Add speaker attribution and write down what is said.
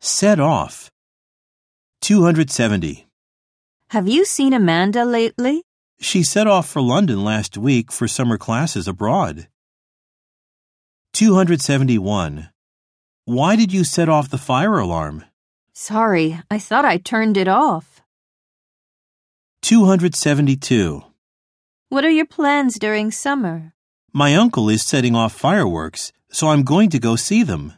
Speaker 1: Set off. 270.
Speaker 2: Have you seen Amanda lately?
Speaker 1: She set off for London last week for summer classes abroad. 271. Why did you set off the fire alarm?
Speaker 2: Sorry, I thought I turned it off.
Speaker 1: 272.
Speaker 2: What are your plans during summer?
Speaker 1: My uncle is setting off fireworks, so I'm going to go see them.